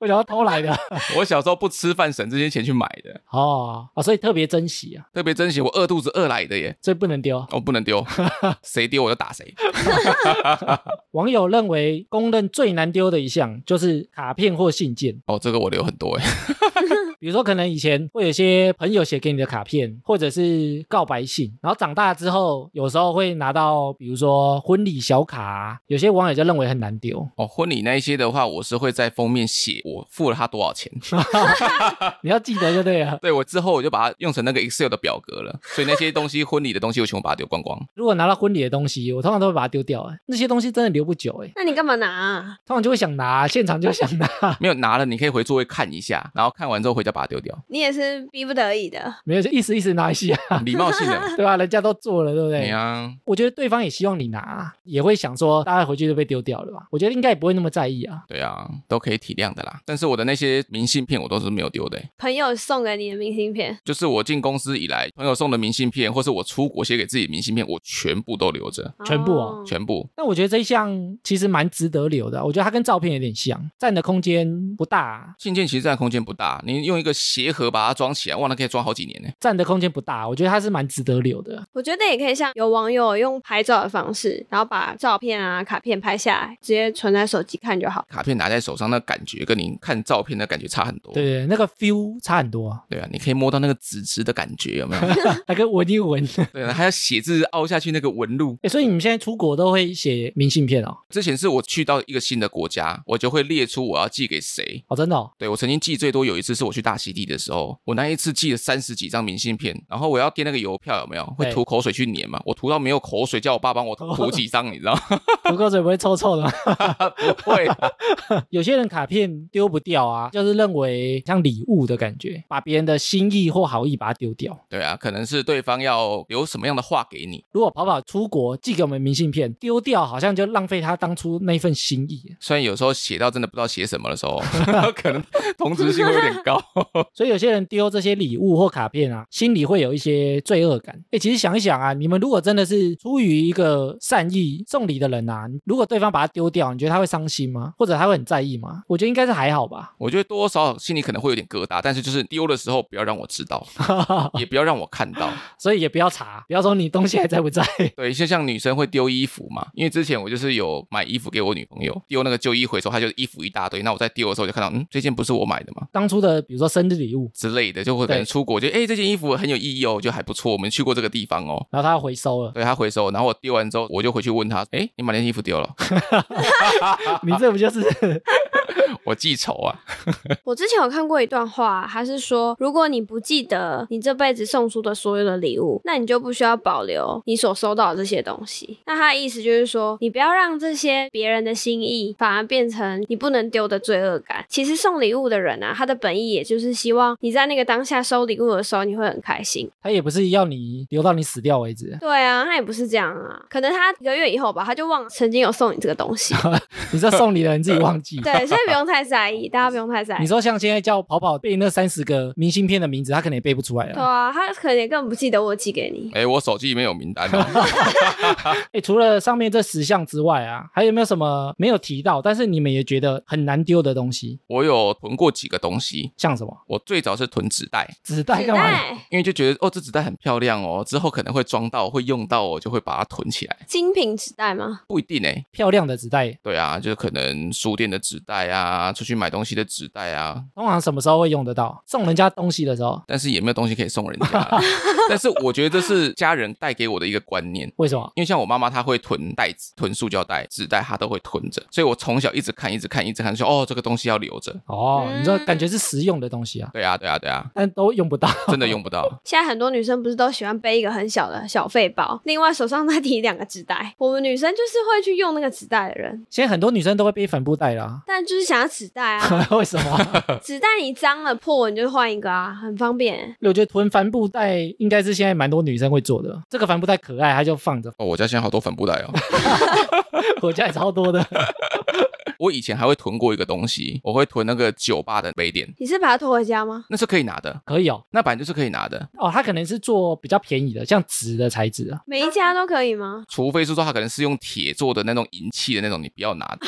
我想要偷来的。 我小时候不吃饭省这些钱去买的，哦，啊，所以特别珍惜啊，特别珍惜我饿肚子饿来的耶，所以不能丢。我、不能丢，谁丢我就打谁。网友认为公认最难丢的一项就是卡片或信件，哦，这个我留很多哎，比如说，可能以前会有些朋友写给你的卡片，或者是告白信，然后长大之后，有时候会拿到，比如说婚礼小卡啊，有些网友就认为很难丢。哦，婚礼那一些的话，我是会在封面写我付了他多少钱，你要记得就对了。对我之后我就把它用成那个 Excel 的表格了，所以那些东西婚礼的东西我全部把它丢光光。如果拿到婚礼的东西，我通常都会把它丢掉、欸，那些东西真的留不久、欸，哎，那你干嘛拿、哎啊？通常就会想拿，现场就想拿，没有拿了，你可以回座位看一下，然后看完之后回家把它丢 掉，你也是逼不得已的。没有就一时一时拿一下，礼貌性的。 对吧、人家都做了，对不哎对？呀，我觉得对方也希望你拿，啊也会想说大概回去就被丢掉了吧。我觉得应该也不会那么在意啊。对啊，都可以体谅的啦。但是我的那些明信片我都是没有丢的欸、朋友送给你的明信片，就是我进公司以来朋友送的明信片，或是我出国写给自己的明信片，我全部都留着，全部嗯哦全部。但我觉得这一项其实蛮啊值得留的，我觉得它跟照片有点像，占的空间不大，啊信件其实占空间不大，你用一一个鞋盒把它装起来，哇，那可以装好几年呢。占的空间不大，啊我觉得它是蛮值得留的。我觉得也可以像有网友用拍照的方式，然后把照片啊、卡片拍下来，直接存在手机看就好。 卡片拿在手上，那感觉跟你看照片的感觉差很多。对对，那个 feel 差很多、啊， 对啊，你可以摸到那个纸质的感觉，有没有？ 那个闻一闻。 对啊，还要写字凹下去那个纹路。欸所以你们现在出国都会写明信片哦？之前是我去到一个新的国家，我就会列出我要寄给谁。哦，真的、哦？对我曾经寄最多有一次是我去大溪地的时候，我那一次寄了三十几张明信片，然后我要贴那个邮票有没有？会对吐口水去粘嘛？我吐到没有口水，叫我爸帮我吐几张，你 知道吗？不过嘴不会臭臭的吗？ 不会啊啦，有些人卡片丢不掉啊，就是认为像礼物的感觉，把别人的心意或好意把它丢掉。对啊，可能是对方要留什么样的话给你。如果跑跑出国寄给我们明信片，丢掉好像就浪费他当初那份心意。虽然有时候写到真的不知道写什么的 时候，可能同质性会有点 高。所以有些人丢这些礼物或卡片啊，心里会有一些罪恶感。哎，其实想一想啊，你们如果真的是出于一个善意送礼的人啊，如果对方把它丢掉，你觉得他会伤心吗？或者他会很在意吗？我觉得应该是还好吧。 我觉得多多少少心里可能会有点疙瘩，但是就是丢的时候不要让我知 道，也不要让我看到。所以也不要查，不要说你东西还在不在。对，就像女生会丢衣服嘛，因为之前我就是有买衣服给我女朋友，丢那个旧衣回收，她就衣服一大堆。那我在丢的时候就看到，嗯，这件不是我买的嘛当初的比如说生日礼物，之类的，就会可能对出国就哎、诶这件衣服很有意义哦，就还不错，我们去过这个地方哦。然后他回收 了，对她回收，然后我丢完之后，我就回去问她，哎，你把那件衣服丢了， 你这不就是 我记仇啊。我之前有看过一段话，它是说，如果你不记得你这辈子送出的所有的礼物，那你就不需要保留你所收到的这些东西。那它的意思就是说，你不要让这些别人的心意反而变成你不能丢的罪恶感。其实送礼物的人啊，他的本意也就是希望你在那个当下收礼物的时候，你会很开心。他也不是要你留到你死掉为止， 对啊，他也不是这样啊，可能他一个月以后吧，他就忘了曾经有送你这个东 西。你这送礼的人自己忘 记。对，所以不用太在意，大家不用太在你意。说像现在叫跑跑背那三十个明信片的名字，他可能也背不出来对了。啊，他可能也根本不记得我寄给你。哎，我手机里面有名单、哦，哎，除了上面这十项之外啊，还有没有什么没有提到，但是你们也觉得很难丢的东西？我有囤过几个东西。像什么我最早是囤纸袋，纸袋纸干嘛？袋，因为就觉得哦，这纸袋很漂亮哦，之后可能会装到，会用到，我就会把它囤起来。精品纸袋吗？不一定哎，漂亮的纸袋，对啊，就是可能书店的纸袋啊，出去买东西的纸袋啊，通常什么时候会用得到？送人家东西的时候。但是也没有东西可以送人家。但是我觉得这是家人带给我的一个观念。为什么？因为像我妈妈，她会囤袋子、囤塑胶袋、纸袋，她都会囤着，所以我从小一直看、一直看、一直看，说哦，这个东西要留着。哦，嗯你说感觉是实用的东西啊，对啊，对啊，对啊，但都用不到。真的用不到。，现在很多女生不是都喜欢背一个很小的小费包，另外手上再提两个纸袋。我们女生就是会去用那个纸袋的人，，现在很多女生都会背帆布袋啦 但就是想要纸袋啊，为什么？纸袋你脏了破你就换一个啊，很方便。我觉得囤帆布袋应该是现在蛮多女生会做的。这个帆布袋可爱，它就放着 哦，我家现在好多帆布袋哦。我家也超多的。我以前还会囤过一个东西，我会囤那个酒吧的杯垫，你是把它拖回家吗？那是可以拿的，可以哦，那本来就是可以拿的，哦，它可能是做比较便宜的，像纸的材质啊。每一家都可以吗？除非是说它可能是用铁做的那种银器的那种，你不要拿。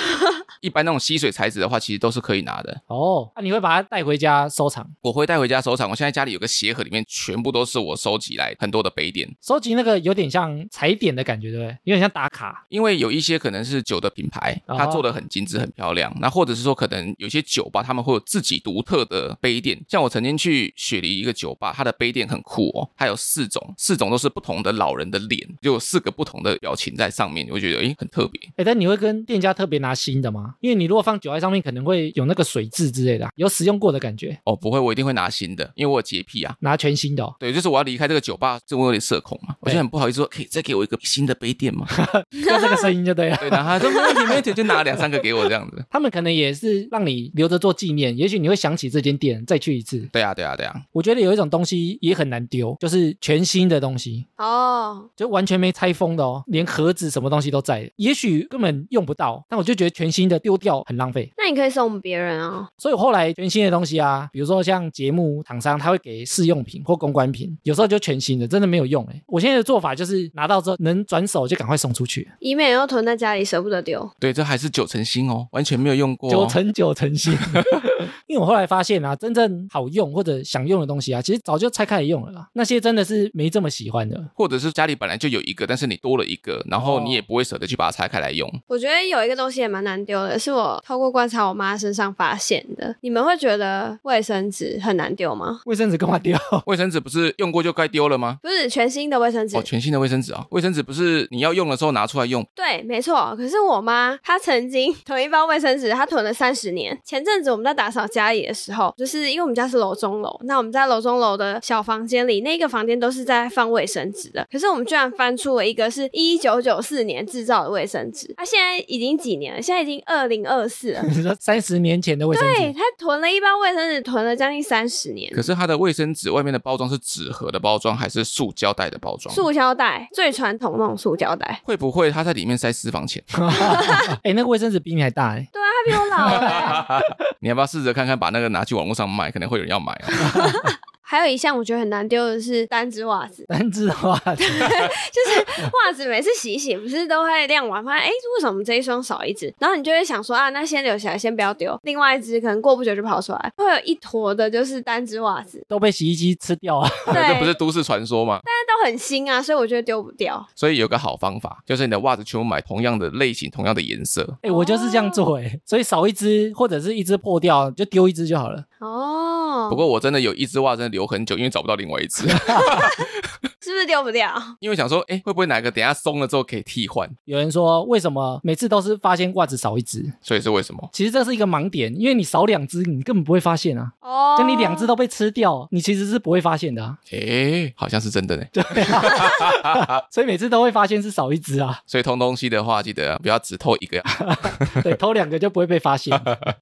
一般那种吸水材质的话，其实都是可以拿的。哦，那、你会把它带回家收藏，我会带回家收藏。我现在家里有个鞋盒，里面全部都是我收集来很多的杯垫，收集那个有点像踩点的感觉，对不对？有点像打卡。因为有一些可能是酒的品牌，哦它做的很精致、很漂亮。那或者是说，可能有些酒吧他们会有自己独特的杯垫。像我曾经去雪梨一个酒吧，它的杯垫很酷哦，它有四种，四种都是不同的老人的脸，就有四个不同的表情在上面，我觉得诶很特别。哎，但你会跟店家特别拿新的吗？因为你如果放酒在上面，可能会有那个水渍之类的啊、有使用过的感觉。哦，不会，我一定会拿新的，因为我有洁癖啊。拿全新的、哦，对，就是我要离开这个酒吧，这我有点社恐嘛，我就对很不好意思说，可以再给我一个新的杯垫吗？ 就这个声音就对了。 对，然后他说没问题，没问题，就拿两三个给我这样子。他们可能也是让你留着做纪念，也许你会想起这间店再去一次。对啊，对啊，对啊，我觉得有一种东西也很难丢，就是全新的东西，哦，就完全没拆封的哦，连盒子什么东西都在，也许根本用不到，但我就觉得全新的丢掉很浪费。那你可以送我们别人啊。所以我后来全新的东西啊，比如说像节目厂商，他会给试用品或公关品，有时候就全新的，真的没有用哎。我现在的做法就是拿到之后能转手就赶快送出去。以免又囤在家里舍不得丢。对，这还是九成新心哦，完全没有用过、九哦。成九成新。 因为我后来发现啊，真正好用或者想用的东西啊，其实早就拆开来用了啦。那些真的是没这么喜欢的。或者是家里本来就有一个，但是你多了一个，然后哦你也不会舍得去把它拆开来用。我觉得有一个东西也蛮难丢的，是我透过观察我妈身上发现的。你们会觉得卫生纸很难丢吗？卫生纸干嘛丢？ 卫生纸不是用过就该丢了吗？不是全新的卫生纸，哦，全新的卫生纸啊！卫生纸不是你要用的时候拿出来用，对，没错。可是我妈她曾经囤一包卫生纸，她囤了三十年。前阵子我们在打扫家里的时候，就是因为我们家是楼中楼，那我们在楼中楼的小房间里，那个房间都是在放卫生纸的。可是我们居然翻出了一个是一九九四年制造的卫生纸，它、现在已经几年了？现在已经二零二四了。你说三十年前的卫生纸，对，她囤了一包卫生纸，囤了将近三十年。可是它的卫生纸外面的包装是纸盒的包装还是塑胶袋的包装？塑胶袋最传统那种塑胶袋，会不会它在里面塞私房钱？ 哎、那个卫生纸比你还大哎、对啊，它比我老了欸、你要不要试着看看，把那个拿去网络上卖，可能会有人要买、哦。还有一项我觉得很难丢的是单只袜子， 单字的话，就是袜子每次洗一洗，不是都会晾完，发现哎，诶为什么这一双少一只？然后你就会想说啊，那先留起来，先不要丢。另外一只可能过不久就跑出来，会有一坨的，就是单只袜子，都被洗衣机吃掉啊。 对，这不但是都市传说吗？都很新啊，所以我觉得丢不掉。所以有个好方法，就是你的袜子全部买同样的类型、同样的颜色。哎、我就是这样做哎、所以少一只或者是一只破掉就丢一只就好了。哦，不过我真的有一只袜真的留很久，因为找不到另外一只， 是不是丢不掉？因为想说，哎，会不会哪个等一下松了之后可以替换？有人说为什么每次都是发现袜子少一只？所以是为什么？其实这是一个盲点，因为你少两只，你根本不会发现啊。哦，就你两只都被吃掉，你其实是不会发现的啊。哎，好像是真的呢。对啊，所以每次都会发现是少一只 啊。所以偷东西的话，记得啊不要只偷一个。啊对，偷两个就不会被发现。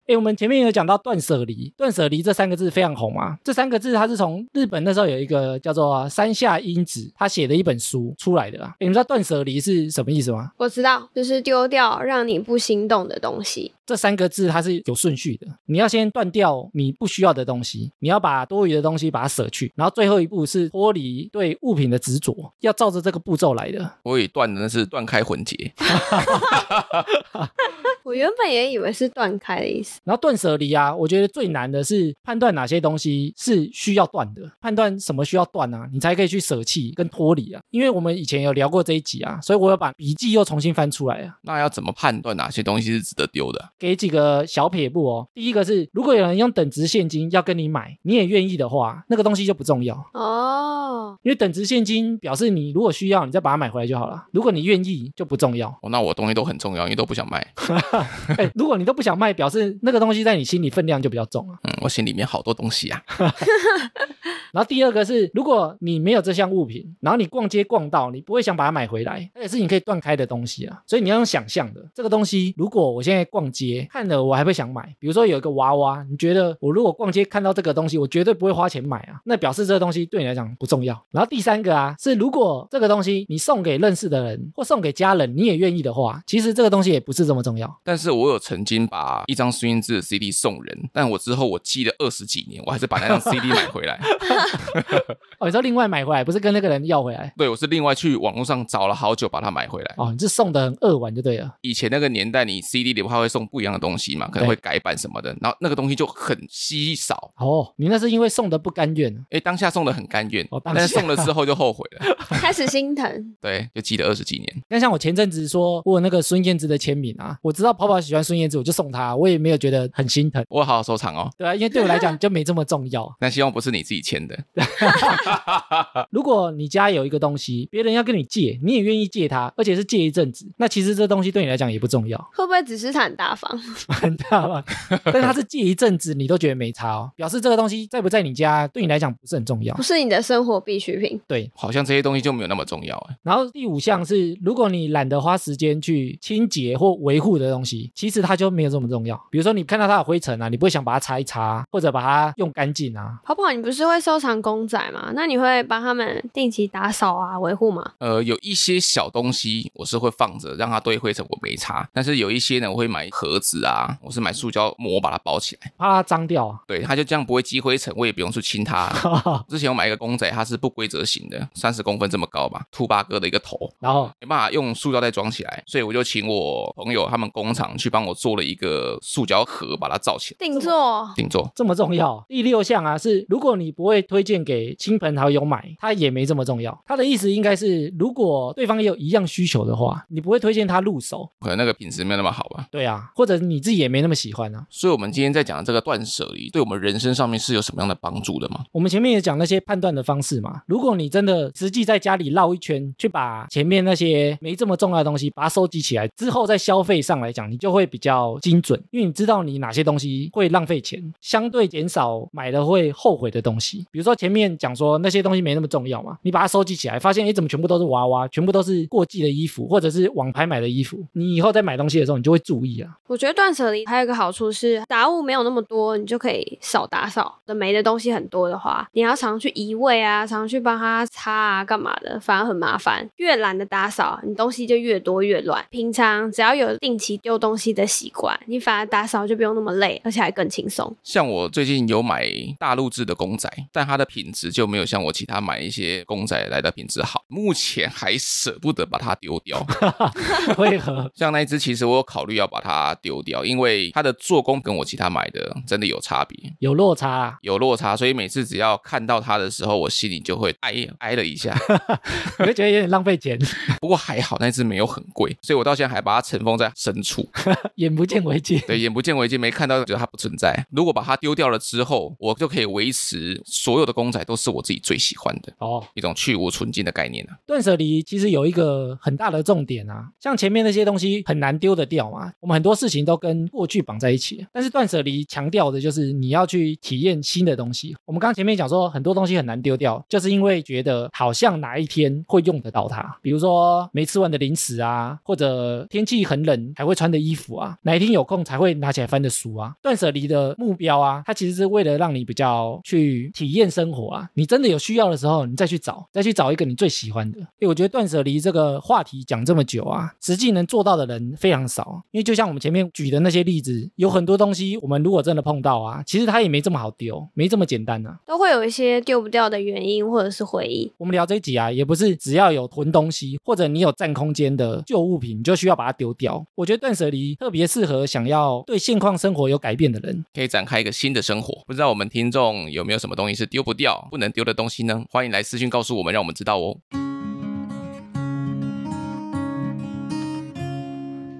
哎、我们前面有讲到断舍离，断舍离这三个字非常红嘛。这三个字它是从日本那时候有一个叫做山下英子，他写的一本书出来的啊。诶你们知道断舍离是什么意思吗？我知道，就是丢掉让你不心动的东西。这三个字它是有顺序的，你要先断掉你不需要的东西，你要把多余的东西把它舍去，然后最后一步是脱离对物品的执着，要照着这个步骤来的。 我以断的那是断开魂结，我原本也以为是断开的意思。然后断舍离啊，我觉得最难的是判断哪些东西是需要断的，判断什么需要断啊，你才可以去舍弃跟脱离啊。因为我们以前有聊过这一集啊，所以我要把笔记又重新翻出来啊，那要怎么判断哪些东西是值得丢的？。给几个小撇步哦。第一个是，如果有人用等值现金要跟你买，你也愿意的话，那个东西就不重要。哦，因为等值现金表示你如果需要，你再把它买回来就好了。如果你愿意，就不重要 哦，那我东西都很重要，因为都不想卖。哎，如果你都不想卖，表示那个东西在你心里分量就比较重啊。嗯，我心里面好多东西啊。然后第二个是，如果你没有这项物品，然后你逛街逛到，你不会想把它买回来，而且是你可以断开的东西啊，所以你要用想象的。这个东西，如果我现在逛街看了，我还会想买。比如说有一个娃娃，你觉得我如果逛街看到这个东西，我绝对不会花钱买啊，那表示这个东西对你来讲不重要。然后第三个啊，是如果这个东西你送给认识的人或送给家人，你也愿意的话，其实这个东西也不是这么重要。但是我有曾经把一张孙燕姿的 CD 送人，但我之后我记了二十几年，我还是把那张 CD 买回来。 哦，你说另外买回来，不是跟那个人要回来。对，我是另外去网络上找了好久把它买回来。哦，你是送的很扼腕就对了。以前那个年代，你 CD 里不太会送不一样的东西嘛，可能会改版什么的，然后那个东西就很稀少。哦，你那是因为送的不甘愿啊。诶，当下送的很甘愿，哦当但下是送了之后就后悔 了。开始心疼。对，就记了二十几年。那像我前阵子说，我有那个孙燕姿的签名啊，我知道跑跑喜欢孙燕姿，我就送她，我也没有觉得很心疼，我有好好收藏哦。对啊，因为对我来讲就没这么重 要。但希望不是你自己签的。如果你家有一个东西，别人要跟你借，你也愿意借他，而且是借一阵子，那其实这东西对你来讲也不重要， 会不会只是他很大方？很大吧？ 但是他是借一阵子，你都觉得没差哦，表示这个东西在不在你家，对你来讲不是很重要不。是你的生活必需品。对，好像这些东西就没有那么重要哎。然后第五项是，如果你懒得花时间去清洁或维护的东西，其实它就没有这么重要。比如说你看到它有灰尘啊，你不会想把它擦一擦，或者把它用干净啊，跑跑，你不是会收藏公仔吗？那你会帮他们定期打扫啊、维护吗？呃，有一些小东西我是会放着，让它堆灰尘，我没擦。但是有一些呢，我会买盒子啊，我是买塑胶膜把它包起来，怕它脏掉啊。 对，它就这样不会积灰尘，我也不用去清它。之前我买一个公仔，它它是不规则型的，三十公分这么高吧，兔八哥的一个头，然后没办法用塑胶袋装起来，所以我就请我朋友他们工厂去帮我做了一个塑胶盒，把它罩起来定做定做。这么重要？第六项啊，是如果你不会推荐给亲朋好友买，它也没这么重要。它的意思应该是，如果对方也有一样需求的话，你不会推荐他入手，可能那个品质没有那么好吧。对啊，或者你自己也没那么喜欢啊。所以，我们今天在讲的这个断舍离，对我们人生上面是有什么样的帮助的吗？我们前面也讲那些判断的方式嘛，如果你真的实际在家里绕一圈，去把前面那些没这么重要的东西把它收集起来之后，在消费上来讲，你就会比较精准，因为你知道你哪些东西会浪费钱，相对减少买了会后悔的东西。比如说前面讲说那些东西没那么重要嘛，你把它收集起来，发现诶怎么全部都是娃娃，全部都是过季的衣服，或者是网拍买的衣服，你以后在买东西的时候，你就会注意啊。 我觉得断舍离还有一个好处是，杂物没有那么多，你就可以少打扫。的没的东西很多的话，你要常去移位啊，常去帮它擦啊，干嘛的，反而很麻烦。越懒得打扫，你东西就越多越乱。平常只要有定期丢东西的习惯，你反而打扫就不用那么累，而且还更轻松。像我最近有买大陆制的公仔，但它的品质就没有像我其他买一些公仔来的品质好。目前还舍不得把它丢掉。为何？像那一只，其实我有考虑要把它丢掉，因为它的做工跟我其他买的真的有差别，有落差啊。 有落差，所以每次只要看到它的时候，我心里就会哎哎了一下。 你会觉得有点浪费钱， 不过还好那只没有很贵，所以我到现在还把它尘封在深处。眼不见为净。对，眼不见为净，没看到，觉得它不存在。如果把它丢掉了之后，我就可以维持所有的公仔都是我自己最喜欢的哦，一种去无存菁的概念啊。断舍离其实有一个很大的重点啊，像前面那些东西很难丢得掉嘛，我们很多事情都跟过去绑在一起。但是断舍离强调的就是你要去体验新的东西。我们刚刚前面讲说很多东西很难丢掉，就是因为觉得好像哪一天会用得到它，比如说没吃完的零食啊，或者天气很冷才会穿的衣服啊，哪一天有空才会拿起来翻的书啊。断舍离的目标啊，它其实是为了让你比较去体验生活啊。你真的有需要的时候，你再去找，再去找一个你最喜欢的。诶，我觉得断舍离这个话题讲这么久啊，实际能做到的人非常少，啊因为就像我们前面举的那些例子，有很多东西我们如果真的碰到啊，其实它也没这么好丢，没这么简单啊。都会有一些丢不掉的原因或者是回忆，我们聊这一集啊，也不是只要有囤东西或者你有占空间的旧物品，你就需要把它丢掉。我觉得断舍离特别适合想要对现况生活有改变的人。可以展开一个新的生活。不知道我们听众有没有什么东西是丢不掉、不能丢的东西呢？欢迎来私信告诉我们，让我们知道哦。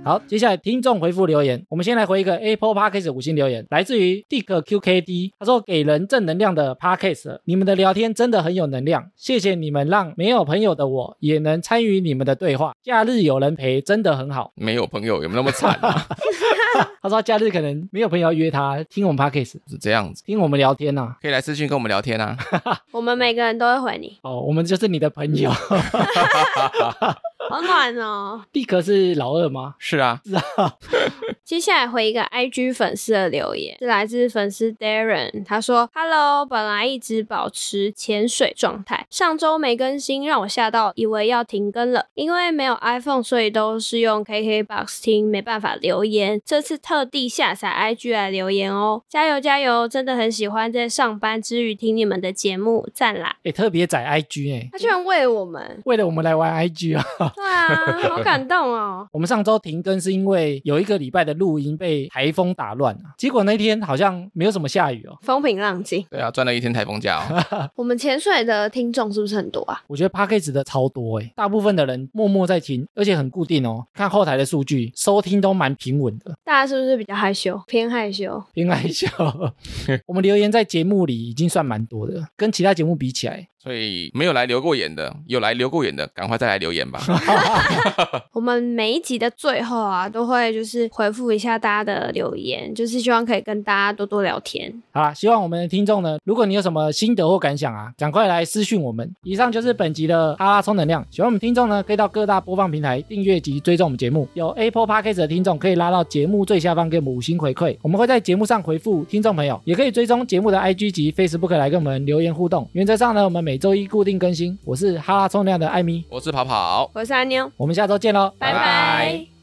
好，接下来听众回复留言，我们先来回一个 Apple Podcast 的五星留言，来自于 Dick QKD，他说给人正能量的 Podcast，你们的聊天真的很有能量，谢谢你们让没有朋友的我也能参与你们的对话，假日有人陪真的很好。没有朋友有没有那么惨啊？他说他假日可能没有朋友要约他听我们 Podcast，是这样子，听我们聊天呐、啊。可以来私信跟我们聊天啊。我们每个人都会回你，哦，我们就是你的朋友。 好暖哦。 Dick 是老二吗？是啊，接下来回一个 IG 粉丝的留言，是来自粉丝 Darren，他说：“Hello，本来一直保持潜水状态，上周没更新，让我吓到，以为要停更了。因为没有 iPhone，所以都是用 KKBox 听，没办法留言。这次特地下载 IG 来留言哦，加油加油！真的很喜欢在上班之余听你们的节目，赞啦！也、特别载 IG 哎、他居然为我们，为了我们来玩 IG 啊。对啊，好感动哦。”我们上周停更是因为有一个礼拜的录音被台风打乱啊，结果那天好像没有什么下雨哦。 风平浪静，对啊，赚了一天台风假哦。我们潜水的听众是不是很多啊？我觉得 p a c k a g e 的超多诶，大部分的人默默在听，而且很固定哦。看后台的数据，收听都蛮平稳的，大家是不是比较害羞，偏害羞？偏爱笑。 我们留言在节目里已经算蛮多的，跟其他节目比起来，所以没有来留过眼的，有来留过眼的，赶快再来留言吧。我们每一集的最后啊，都会就是回复一下大家的留言，就是希望可以跟大家多多聊天。好啦，希望我们的听众呢，如果你有什么心得或感想啊，赶快来私讯我们。以上就是本集的哈拉充能量。喜欢我们听众呢，可以到各大播放平台订阅及追踪我们节目。有 Apple Podcast 的听众可以拉到节目最下方给我们五星回馈，我们会在节目上回复听众朋友。也可以追踪节目的 IG 及 Facebook 来跟我们留言互动。原则上呢，我们每周一固定更新。我是哈拉充能量的艾米，我是跑跑，我是安妞，我们下周见喽，拜拜拜拜